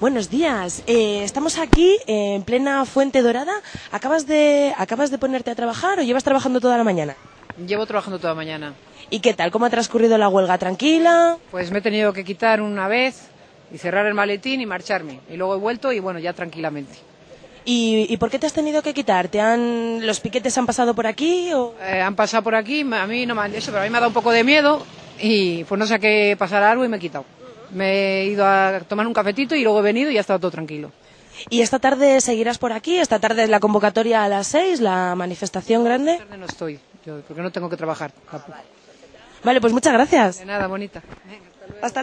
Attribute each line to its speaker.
Speaker 1: Buenos días. Eh, estamos aquí eh, en plena Fuente Dorada. ¿Acabas de, ¿Acabas de ponerte a trabajar o llevas trabajando toda la mañana?
Speaker 2: Llevo trabajando toda mañana.
Speaker 1: ¿Y qué tal? ¿Cómo ha transcurrido la huelga? ¿Tranquila?
Speaker 2: Pues me he tenido que quitar una vez y cerrar el maletín y marcharme. Y luego he vuelto y bueno, ya tranquilamente.
Speaker 1: ¿Y, y por qué te has tenido que quitar? ¿Te han, ¿Los piquetes han pasado por aquí? O...
Speaker 2: Eh, han pasado por aquí, a mí no me han eso, pero a mí me ha dado un poco de miedo y pues no sé a qué pasará algo y me he quitado. Me he ido a tomar un cafetito y luego he venido y ha estado todo tranquilo.
Speaker 1: ¿Y esta tarde seguirás por aquí? ¿Esta tarde es la convocatoria a las seis, la manifestación grande?
Speaker 2: Esta tarde no estoy, yo, porque no tengo que trabajar. tampoco.
Speaker 1: Vale, pues muchas gracias.
Speaker 2: De nada, bonita.
Speaker 1: Hasta luego.